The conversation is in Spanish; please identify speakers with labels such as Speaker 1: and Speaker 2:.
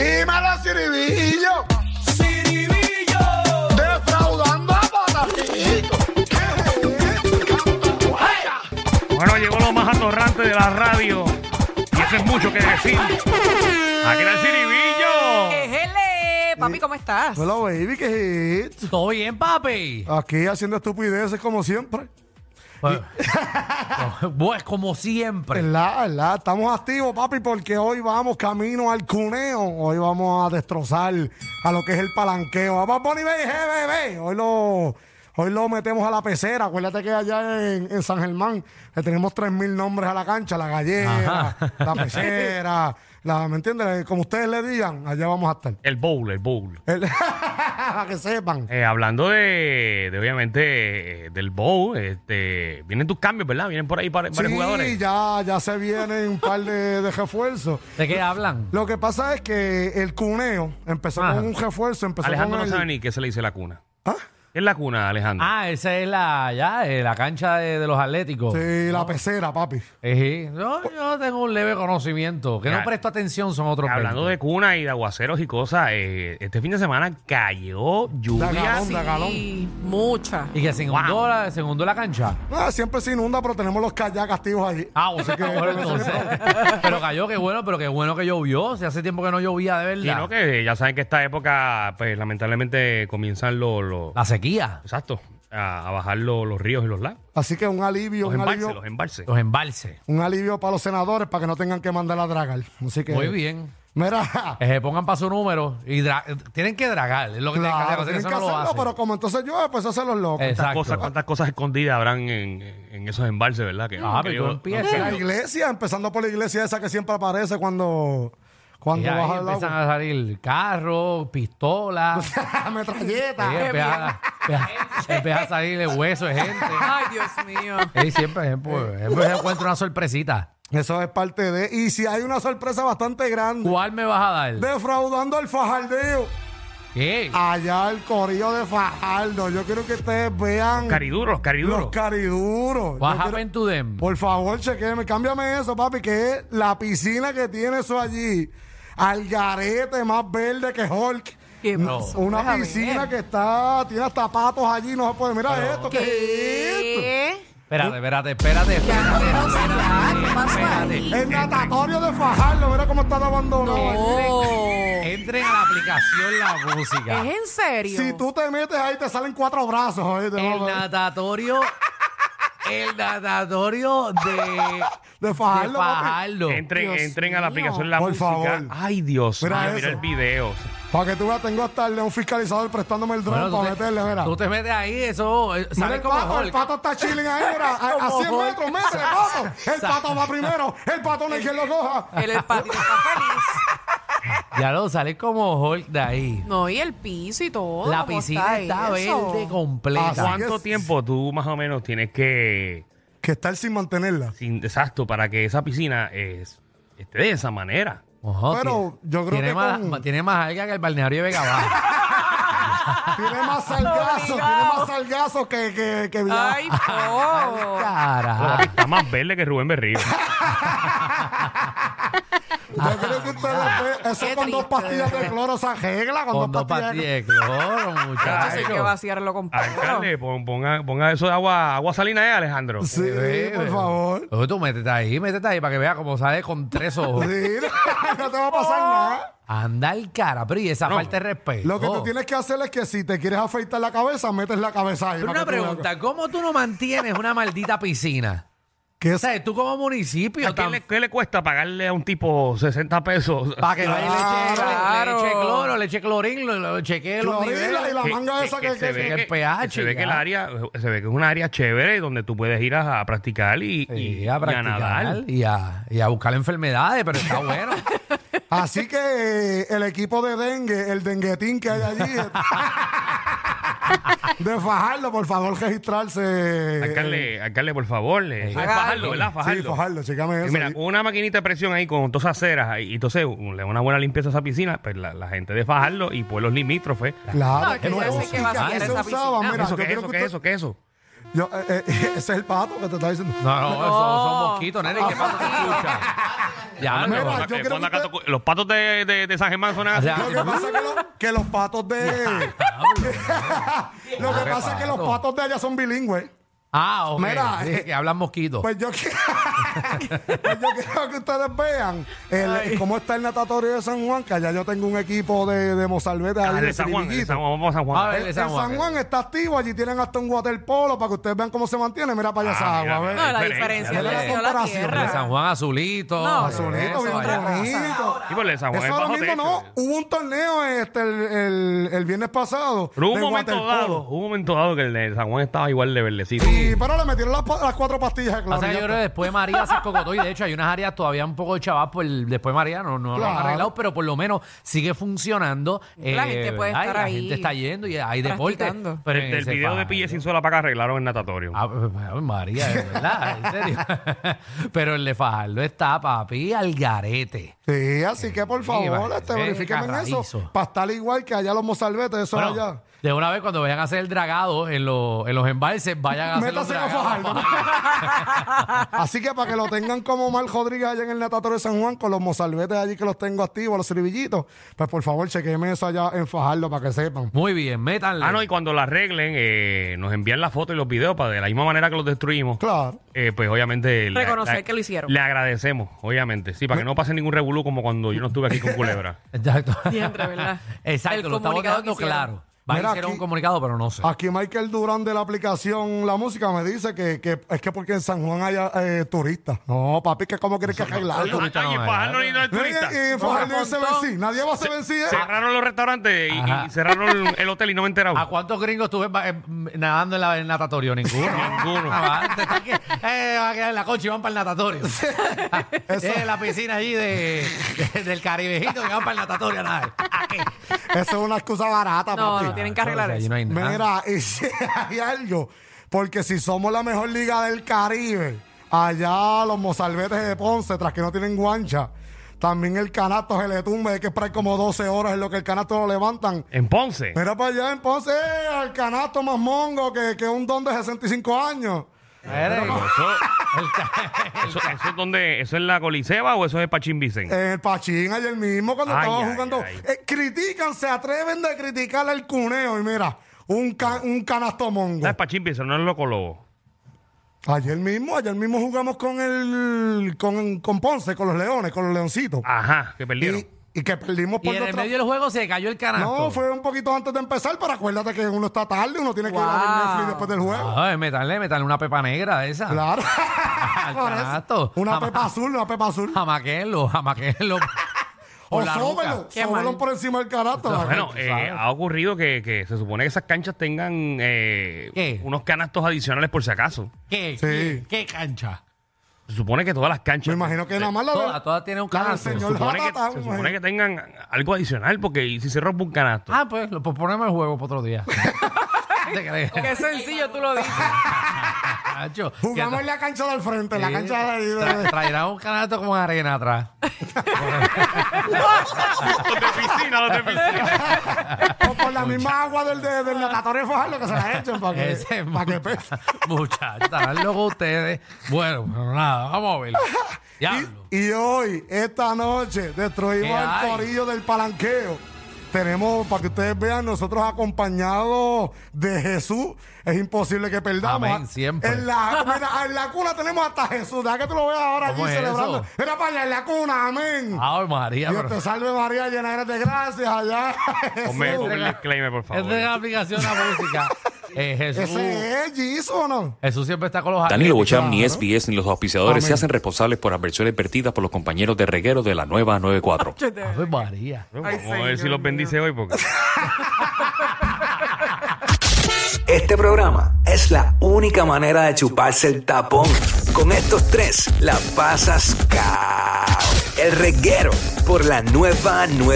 Speaker 1: Dímelo, Ciribillo.
Speaker 2: Ciribillo.
Speaker 1: Defraudando a Patacito.
Speaker 3: Bueno, llegó lo más atorrante de la radio. Y eso es mucho que decir. Aquí está el ciribillo.
Speaker 4: Ejele, Pues, papi, ¿cómo estás?
Speaker 1: Hola, baby, ¿qué es esto?
Speaker 2: ¿Todo bien, papi?
Speaker 1: Aquí haciendo estupideces como siempre.
Speaker 2: Bueno, Pues como siempre.
Speaker 1: ¿Verdad? ¿Verdad? Estamos activos, papi, porque hoy vamos camino al cuneo. Hoy vamos a destrozar a lo que es el palanqueo. Vamos, Bonnie, ve, ve, ve. Hoy lo, hoy lo metemos a la pecera. Acuérdate que allá en, en San Germán le tenemos 3.000 nombres a la cancha. La gallera,
Speaker 2: Ajá.
Speaker 1: la pecera, la, ¿me entiendes? Como ustedes le digan, allá vamos a estar.
Speaker 3: El bowl, el bowl.
Speaker 1: El- para que sepan.
Speaker 3: Eh, hablando de, de, obviamente, eh, del bowl, este, vienen tus cambios, ¿verdad? Vienen por ahí par- varios
Speaker 1: Sí,
Speaker 3: jugadores.
Speaker 1: ya, ya se vienen un par de, de refuerzos.
Speaker 2: ¿De qué hablan?
Speaker 1: Lo que pasa es que el cuneo empezó
Speaker 2: Ajá.
Speaker 1: con un refuerzo, empezó
Speaker 3: Alejandro
Speaker 1: con
Speaker 3: no
Speaker 1: el...
Speaker 3: sabe ni qué se le dice la cuna.
Speaker 1: ¿Ah?
Speaker 3: ¿Qué es la cuna, Alejandro?
Speaker 2: Ah, esa es la, ya, eh, la cancha de, de los atléticos.
Speaker 1: Sí, la pecera, papi.
Speaker 2: Ejí. Yo, yo tengo un leve conocimiento. Que
Speaker 3: Ya.
Speaker 2: no presto atención son otros
Speaker 3: Hablando
Speaker 2: 20.
Speaker 3: de cuna y de aguaceros y cosas, eh, este fin de semana cayó lluvia.
Speaker 1: Dagalón. Onda, galón.
Speaker 4: Sí, mucha.
Speaker 2: Y que se inundó,
Speaker 3: Wow.
Speaker 2: la, se inundó la cancha.
Speaker 1: Ah, siempre se inunda, pero tenemos los kayak activos allí.
Speaker 2: Ah, o sea, que bueno, entonces. pero cayó, qué bueno, pero qué bueno que llovió. Si hace tiempo que no llovía, de verdad.
Speaker 3: Sino que ya saben que esta época, pues lamentablemente comienzan los... los-
Speaker 2: La sequía,
Speaker 3: Exacto. A, a bajar lo- los ríos y los lagos.
Speaker 1: Así que un alivio,
Speaker 3: Los
Speaker 1: un
Speaker 3: embalses,
Speaker 2: eh.
Speaker 1: alivio,
Speaker 3: los embalses.
Speaker 2: los embalses.
Speaker 1: un alivio para los senadores para que no tengan que mandar a dragar. Así que,
Speaker 2: Muy bien.
Speaker 1: Mira,
Speaker 2: Eh, pongan para su número y dra- tienen que dragar, es lo que
Speaker 1: claro,
Speaker 2: tienen que hacer,
Speaker 1: tienen
Speaker 2: eso
Speaker 1: que
Speaker 2: no lo
Speaker 1: hacerlo,
Speaker 2: hacen.
Speaker 1: pero como entonces yo, pues eso los locos.
Speaker 3: ¿Cuántas
Speaker 2: Exacto.
Speaker 3: cosas, cuántas cosas escondidas habrán en, en esos embalses, ¿verdad? Que,
Speaker 2: Ah,
Speaker 3: que
Speaker 2: pero
Speaker 3: yo-
Speaker 2: tú
Speaker 3: no
Speaker 2: empiezas.
Speaker 3: sé,
Speaker 1: La
Speaker 3: yo-
Speaker 1: iglesia, empezando por la iglesia esa que siempre aparece cuando,
Speaker 2: Y
Speaker 1: cuando
Speaker 2: ahí
Speaker 1: baja el
Speaker 2: empiezan
Speaker 1: agua.
Speaker 2: a salir carros, pistolas,
Speaker 1: Metralleta.
Speaker 2: eh, empieza, a- empieza- empieza a salirle huesos de gente.
Speaker 4: Ay, Dios mío.
Speaker 2: Y siempre, siempre, siempre se encuentra una sorpresita.
Speaker 1: Eso es parte de. Y si hay una sorpresa bastante grande,
Speaker 2: ¿Cuál me vas a dar?
Speaker 1: defraudando al fajaldeo.
Speaker 2: ¿Qué?
Speaker 1: Allá el corillo de Fajardo. Yo quiero que ustedes vean
Speaker 3: Cariduros, cariduros.
Speaker 1: los cariduros. Yo
Speaker 2: What
Speaker 1: quiero-
Speaker 2: happened to them?
Speaker 1: Por favor, chequeme, cámbiame eso, papi, que es la piscina que tiene eso allí. Al garete más verde que Hulk.
Speaker 4: ¿Qué
Speaker 1: Mm,
Speaker 4: pasó?
Speaker 1: Una
Speaker 4: Deja ver.
Speaker 1: piscina que está, tiene hasta patos allí, no se puede. Mira esto, ¿qué, es
Speaker 4: ¿Qué?
Speaker 2: Espérate, espérate, espérate.
Speaker 4: Ya
Speaker 2: espérate.
Speaker 4: quiero cerrar. ¿Qué pasó ahí?
Speaker 1: esto? El natatorio de Fajardo, mira cómo está abandonado.
Speaker 4: No. ¿Es
Speaker 2: Entren a la aplicación La Música.
Speaker 4: en serio?
Speaker 1: Si tú te metes ahí, te salen cuatro brazos. oíste,
Speaker 2: El
Speaker 1: ¿no?
Speaker 2: natatorio. El natatorio de.
Speaker 1: De Fajardo,
Speaker 2: de
Speaker 1: papi.
Speaker 2: Fajardo.
Speaker 3: Entren,
Speaker 4: Dios
Speaker 3: entren a la
Speaker 4: mío.
Speaker 3: aplicación La
Speaker 1: Por
Speaker 3: Música.
Speaker 1: favor.
Speaker 3: Ay, Dios
Speaker 1: Mira
Speaker 3: mío, mira
Speaker 1: eso.
Speaker 3: el video.
Speaker 1: Para que tú veas, tengo hasta el de un fiscalizador prestándome el dron
Speaker 2: Bueno,
Speaker 1: para meterle, mira.
Speaker 2: tú te metes ahí, eso. eh,
Speaker 1: Mira
Speaker 2: Sale
Speaker 1: el
Speaker 2: como
Speaker 1: pato, el
Speaker 2: Hulk.
Speaker 1: pato está chilling ahí, mira, a, a
Speaker 2: Como
Speaker 1: 100
Speaker 2: Hulk.
Speaker 1: metros, métele, pato. El pato va primero, el pato no hay quien lo coja.
Speaker 4: El, el patio está feliz.
Speaker 2: Ya lo sale como Hulk de ahí.
Speaker 4: No, y el piso y todo.
Speaker 2: la
Speaker 4: ¿cómo
Speaker 2: piscina está,
Speaker 4: eso?
Speaker 2: verde completa.
Speaker 1: Así
Speaker 3: ¿Cuánto
Speaker 1: es.
Speaker 3: tiempo tú más o menos tienes que,
Speaker 1: Que estar sin mantenerla.
Speaker 3: sin exacto, para que esa piscina es, esté de esa manera?
Speaker 2: Ojo,
Speaker 1: Pero
Speaker 2: tiene-
Speaker 1: yo creo
Speaker 2: tiene
Speaker 1: que
Speaker 2: más,
Speaker 1: con-
Speaker 2: ma- tiene más alga que el balneario de Vega Baja.
Speaker 1: Tiene más salgazo, tiene más salgazo que, que, que Villalba.
Speaker 4: Ay, no.
Speaker 2: Carajo.
Speaker 3: Está más verde que Rubén Berrío.
Speaker 1: Yo creo que ustedes ven, eso
Speaker 4: Qué
Speaker 1: con dos
Speaker 4: triste.
Speaker 1: pastillas de cloro se arregla, con,
Speaker 2: Con dos
Speaker 1: pastillas. de-
Speaker 2: pastillas de cloro,
Speaker 4: Yo sé que
Speaker 2: muchachos.
Speaker 4: vaciarlo con pelo.
Speaker 3: Alcalde, pon- ponga, ponga eso de agua, agua salina, ¿eh, Alejandro?
Speaker 1: Sí, por favor.
Speaker 2: Oye, tú métete ahí, métete ahí para que veas cómo sale con tres ojos.
Speaker 1: Sí, no te va a pasar nada.
Speaker 2: Anda el cara, pero y esa falta de respeto.
Speaker 1: Lo que tú tienes que hacer es que si te quieres afeitar la cabeza, metes la cabeza ahí.
Speaker 2: Pero
Speaker 1: para
Speaker 2: una
Speaker 1: que tú veas.
Speaker 2: pregunta, ¿cómo tú no mantienes una maldita piscina?
Speaker 1: Que
Speaker 2: O
Speaker 1: es-
Speaker 2: sea, tú como municipio
Speaker 3: ¿A quién
Speaker 2: tan-
Speaker 3: le, ¿Qué le cuesta pagarle a un tipo 60 pesos?
Speaker 2: para que vaya y le eche-
Speaker 4: Claro.
Speaker 2: le, le eche cloro, le eche clorín, lo, lo chequee los
Speaker 1: Clorila
Speaker 2: niveles.
Speaker 1: y la manga esa que,
Speaker 3: se
Speaker 1: que-
Speaker 3: ve
Speaker 2: que
Speaker 3: que,
Speaker 2: el pH,
Speaker 3: que se ve
Speaker 2: ya.
Speaker 3: que el área se ve que es un área chévere donde tú puedes ir a, a practicar y, y-
Speaker 2: Y a
Speaker 3: y nadar
Speaker 2: practicar y a, y a buscar enfermedades, pero está bueno.
Speaker 1: Así que eh, el equipo de dengue, el denguetín que hay allí, eh, de Fajardo, por favor, registrarse. Eh,
Speaker 3: alcalde alcalde, por favor le,
Speaker 4: Haga
Speaker 3: fajarlo
Speaker 4: algo.
Speaker 3: verdad
Speaker 1: Sí,
Speaker 3: fajarlo,
Speaker 1: Fajardo, chécame
Speaker 3: Y
Speaker 1: eso.
Speaker 3: Mira, uh, con una maquinita de presión ahí con todas esas ceras ahí, y entonces un- le da una buena limpieza a esa piscina, pues la, la gente de Fajardo y pueblos limítrofes.
Speaker 1: claro,
Speaker 4: No, es que ya
Speaker 1: nuevo,
Speaker 4: sé que va a
Speaker 1: sí,
Speaker 4: ser
Speaker 1: eso
Speaker 4: esa
Speaker 1: usaba,
Speaker 4: piscina.
Speaker 1: mira,
Speaker 3: ¿Eso
Speaker 1: yo
Speaker 3: qué es
Speaker 1: creo
Speaker 3: eso?
Speaker 1: que
Speaker 3: ¿Qué es
Speaker 1: usted-
Speaker 3: eso? ¿Qué es eso?
Speaker 1: Yo, eh, eh, ese es el pato que te está diciendo.
Speaker 2: No, no,
Speaker 4: No.
Speaker 2: Eso, son mosquitos, nene. ¿Qué pasa? ¿Te escucha? Ya,
Speaker 1: Mira,
Speaker 2: no.
Speaker 1: yo creo
Speaker 3: Ponle
Speaker 1: que
Speaker 3: acá
Speaker 1: usted-
Speaker 3: tu- Los patos de, de, de San Germán son así.
Speaker 2: O sea,
Speaker 1: Lo que pasa es que, lo- que los patos de. lo que
Speaker 2: Qué
Speaker 1: pasa es que los
Speaker 2: pato.
Speaker 1: patos de allá son bilingües.
Speaker 2: Ah, ok.
Speaker 1: Mira,
Speaker 2: Sí,
Speaker 1: eh,
Speaker 2: que hablan mosquitos.
Speaker 1: Pues yo, que- pues yo quiero que ustedes vean el- cómo está el natatorio de San Juan, que allá yo tengo un equipo de, de mozalbete
Speaker 3: Ah,
Speaker 1: ahí
Speaker 3: de
Speaker 1: de
Speaker 3: San Juan, de
Speaker 1: Chiribiquito.
Speaker 3: San Juan, vamos a San Juan.
Speaker 2: A ver,
Speaker 1: El-
Speaker 2: de
Speaker 1: el
Speaker 2: San
Speaker 1: San,
Speaker 2: Juan, ok.
Speaker 1: Juan está activo, allí tienen hasta un waterpolo para que ustedes vean cómo se mantiene. Mira para allá esa
Speaker 3: Ah,
Speaker 1: agua,
Speaker 3: mira,
Speaker 1: a ver.
Speaker 4: No, la
Speaker 3: Diferencia,
Speaker 4: diferencia
Speaker 1: ya
Speaker 4: le dio
Speaker 1: le
Speaker 4: la
Speaker 1: comparación.
Speaker 2: El de San
Speaker 4: tierra.
Speaker 2: Juan azulito.
Speaker 4: No,
Speaker 1: Azulito,
Speaker 2: eso,
Speaker 1: bien
Speaker 2: allá.
Speaker 1: bonito.
Speaker 3: Y por el este, de San Juan
Speaker 1: Eso
Speaker 3: es
Speaker 1: ahora
Speaker 3: bajo
Speaker 1: mismo
Speaker 3: techo.
Speaker 1: no. Hubo un torneo este, el, el- el viernes pasado.
Speaker 3: Pero hubo un
Speaker 1: de
Speaker 3: momento
Speaker 1: waterpolo.
Speaker 3: dado, hubo un momento dado que el de San Juan estaba igual de verdecito.
Speaker 1: Y, pero le metieron las, pa- las cuatro pastillas de
Speaker 2: Pasa
Speaker 1: cloro.
Speaker 2: que
Speaker 1: y
Speaker 2: yo
Speaker 1: ya
Speaker 2: creo que después de María se cocotó y de hecho hay unas áreas todavía un poco de chaval por el- después de María, no, no lo
Speaker 1: Claro.
Speaker 2: han arreglado, pero por lo menos sigue funcionando.
Speaker 4: La gente puede
Speaker 2: ¿verdad? Y
Speaker 4: estar
Speaker 2: La gente
Speaker 4: ahí
Speaker 2: está yendo y hay deporte.
Speaker 4: practicando.
Speaker 2: Pero
Speaker 3: Del, del
Speaker 2: se
Speaker 3: video de
Speaker 2: falla.
Speaker 3: Pille sin sola para acá arreglaron el natatorio.
Speaker 2: Ah, pues, pues, Ave María, de verdad, en serio. Pero el de Fajardo está, papi, al garete.
Speaker 1: Sí, así que por favor,
Speaker 2: vale,
Speaker 1: este,
Speaker 2: venga,
Speaker 1: verifíquenme en eso.
Speaker 2: raízo.
Speaker 1: Para estar igual que allá los mozalbetes, eso
Speaker 2: Bueno,
Speaker 1: allá.
Speaker 2: de una vez cuando vayan a hacer el dragado en, los- en los embalses, vayan a hacer los
Speaker 1: Métase a
Speaker 2: dragados.
Speaker 1: Fajardo. Así que para que lo tengan como Mal Rodríguez allá en el natatorio de San Juan, con los mozalbetes allí que los tengo activos, los cribillitos, pues por favor, chequenme eso allá en Fajardo para que sepan.
Speaker 2: Muy bien, métanle.
Speaker 3: Ah, no, y cuando la arreglen, eh, nos envían la foto y los videos para de la misma manera que los destruimos.
Speaker 1: Claro.
Speaker 3: eh, pues obviamente. le-
Speaker 4: Reconocer
Speaker 3: le-
Speaker 4: que lo hicieron.
Speaker 3: Le agradecemos, obviamente. Sí, para que no pase ningún revolú como cuando yo no estuve aquí con Culebra.
Speaker 2: Exacto.
Speaker 4: Diantre, ¿verdad?
Speaker 2: Exacto,
Speaker 4: El
Speaker 2: lo estamos
Speaker 4: comunicado
Speaker 2: dejando
Speaker 4: que hicieron.
Speaker 2: claro. Va
Speaker 1: Mira,
Speaker 2: a hacer un
Speaker 1: aquí- Ah,
Speaker 2: comunicado, pero no sé.
Speaker 1: Aquí Michael Durán de la aplicación La Música me dice que, que es que porque en San Juan hay eh, turistas. No, papi, que cómo quieres que
Speaker 3: Ay,
Speaker 1: arreglarlo.
Speaker 2: no, ¿eh? turista
Speaker 3: ay,
Speaker 2: no,
Speaker 3: Fajardo ni no es
Speaker 1: No,
Speaker 3: turista.
Speaker 1: y- y en Fajardo
Speaker 4: Ojo,
Speaker 1: se
Speaker 4: montón.
Speaker 1: vencí. Nadie va a se vencí. ¿eh?
Speaker 3: Cerraron los restaurantes y- y,
Speaker 2: Ajá. Ah,
Speaker 3: cerraron el hotel y no me he enterado.
Speaker 2: ¿A cuántos gringos tú ves ba- eh, nadando en la- en el natatorio? Ninguno.
Speaker 3: Ninguno.
Speaker 2: Ah, va, te está que- eh, va a quedar en la coche y van para el natatorio. Ah,
Speaker 1: Eso-
Speaker 2: eh, la piscina allí de, de- del Caribejito que van para el natatorio. Nada. ¿A qué?
Speaker 1: Eso es una excusa barata,
Speaker 4: No,
Speaker 1: papi.
Speaker 4: no tienen que arreglar
Speaker 2: O sea, allí
Speaker 4: eso.
Speaker 2: no hay nada.
Speaker 1: Mira, y si hay algo, porque si somos la mejor liga del Caribe, allá los mozalbetes de Ponce, tras que no tienen guancha, también el canasto se le tumba, hay que esperar como 12 horas en lo que el canasto lo levantan.
Speaker 3: En Ponce.
Speaker 1: Mira para allá en Ponce, eh, al canasto más mongo que, que un don de 65 años.
Speaker 2: Mira,
Speaker 3: Pero eso, eso- eso es donde, ¿Eso es la Coliseba o eso es el Pachín Vicente?
Speaker 1: El Pachín ayer mismo cuando
Speaker 3: Ay,
Speaker 1: estaba
Speaker 3: ay,
Speaker 1: jugando.
Speaker 3: ay.
Speaker 1: eh, critican, se atreven de criticar al cuneo y mira, un, ca- un canasto mongo.
Speaker 3: No es Pachín Vicente, no es Loco Lobo.
Speaker 1: Ayer mismo, ayer mismo jugamos con el con, con Ponce, con los leones, con los leoncitos.
Speaker 3: Ajá, que Ah, perdieron.
Speaker 1: y, y que perdimos
Speaker 2: y
Speaker 1: por
Speaker 2: en el
Speaker 1: nuestra-
Speaker 2: medio del juego se cayó el canasto. Ah,
Speaker 1: No, fue un poquito antes de empezar, pero acuérdate que uno está tarde, uno tiene que ir a ver
Speaker 4: Wow.
Speaker 1: Netflix después del
Speaker 3: Ah.
Speaker 1: juego.
Speaker 2: Ay, eh, metanle, metanle una pepa negra de esa.
Speaker 1: Claro.
Speaker 2: Al
Speaker 1: Por eso.
Speaker 2: canasto.
Speaker 1: Una
Speaker 2: Jamás.
Speaker 1: pepa azul, una pepa azul.
Speaker 2: Jamaquenlo, jamaquenlo.
Speaker 1: O
Speaker 2: Ah, Por la nuca.
Speaker 1: sóbelo,
Speaker 4: Qué
Speaker 1: sóbelo
Speaker 4: mal.
Speaker 1: por encima del canasto. la
Speaker 3: Bueno,
Speaker 1: gente,
Speaker 3: eh,
Speaker 1: ah, ¿sabes?
Speaker 3: ha ocurrido que, que se supone que esas canchas tengan eh,
Speaker 2: ¿Qué?
Speaker 3: unos canastos adicionales por si acaso.
Speaker 2: ¿Qué,
Speaker 1: Sí.
Speaker 2: qué, qué cancha?
Speaker 3: Se supone que todas las canchas.
Speaker 1: me imagino que nada más la de-
Speaker 2: Todas, todas tienen un
Speaker 1: la del
Speaker 2: canasto.
Speaker 1: señor
Speaker 3: Se supone, que,
Speaker 1: Ratata,
Speaker 3: se
Speaker 1: me
Speaker 3: supone
Speaker 1: imagino.
Speaker 3: que tengan algo adicional porque y si se rompe un canasto.
Speaker 2: Ah, pues, lo, pues ponemos el juego para otro día. ¿Te crees?
Speaker 4: Qué sencillo tú lo dices.
Speaker 2: Nacho,
Speaker 1: Jugamos
Speaker 2: que
Speaker 1: en la cancha del frente, en la
Speaker 2: Sí.
Speaker 1: cancha de, de-
Speaker 2: tra- traerá un canasto con arena atrás.
Speaker 3: los de piscina, los de piscina.
Speaker 1: o con la misma agua del, de- del natatorio de Fajardo que se la echen para
Speaker 2: Ese
Speaker 1: que,
Speaker 2: es
Speaker 1: para que
Speaker 2: mucha-
Speaker 1: pese.
Speaker 2: Muchachos, estarán locos ustedes. Bueno, pero nada, vamos a ver. Diablo.
Speaker 1: Y hoy, esta noche,
Speaker 2: ¿Qué
Speaker 1: destruimos el
Speaker 2: hay?
Speaker 1: corillo del palanqueo. Tenemos, para que ustedes vean, nosotros acompañados de Jesús, es imposible que perdamos.
Speaker 2: Amén, siempre.
Speaker 1: En la, mira, en la cuna tenemos hasta Jesús, deja que tú lo veas ahora allí
Speaker 2: ¿Cómo es
Speaker 1: celebrando.
Speaker 2: eso?
Speaker 1: Mira para allá, en la cuna, amén.
Speaker 2: Ay, María,
Speaker 1: Dios
Speaker 2: pero.
Speaker 1: te salve María, llena eres de gracias allá.
Speaker 3: Ponme,
Speaker 1: Jesús.
Speaker 3: ponme el disclaimer, por favor.
Speaker 2: Esta es la aplicación a música. Eh, Jesús,
Speaker 1: Ese es Jesus, ¿o no?
Speaker 2: Jesús siempre está con los
Speaker 5: Danilo
Speaker 2: arqueros.
Speaker 5: Bocham, ni
Speaker 1: Claro.
Speaker 5: SBS, ni los auspiciadores se
Speaker 1: Amén.
Speaker 5: hacen responsables por adversiones vertidas por los compañeros de reguero de la nueva 94.
Speaker 2: Ave María.
Speaker 3: Vamos
Speaker 4: Ay,
Speaker 3: a ver
Speaker 4: señor
Speaker 3: si los
Speaker 4: mío.
Speaker 3: bendice hoy porque.
Speaker 6: Este programa es la única manera de chuparse el tapón. Con estos tres la pasas cao. El reguero por la nueva nueva.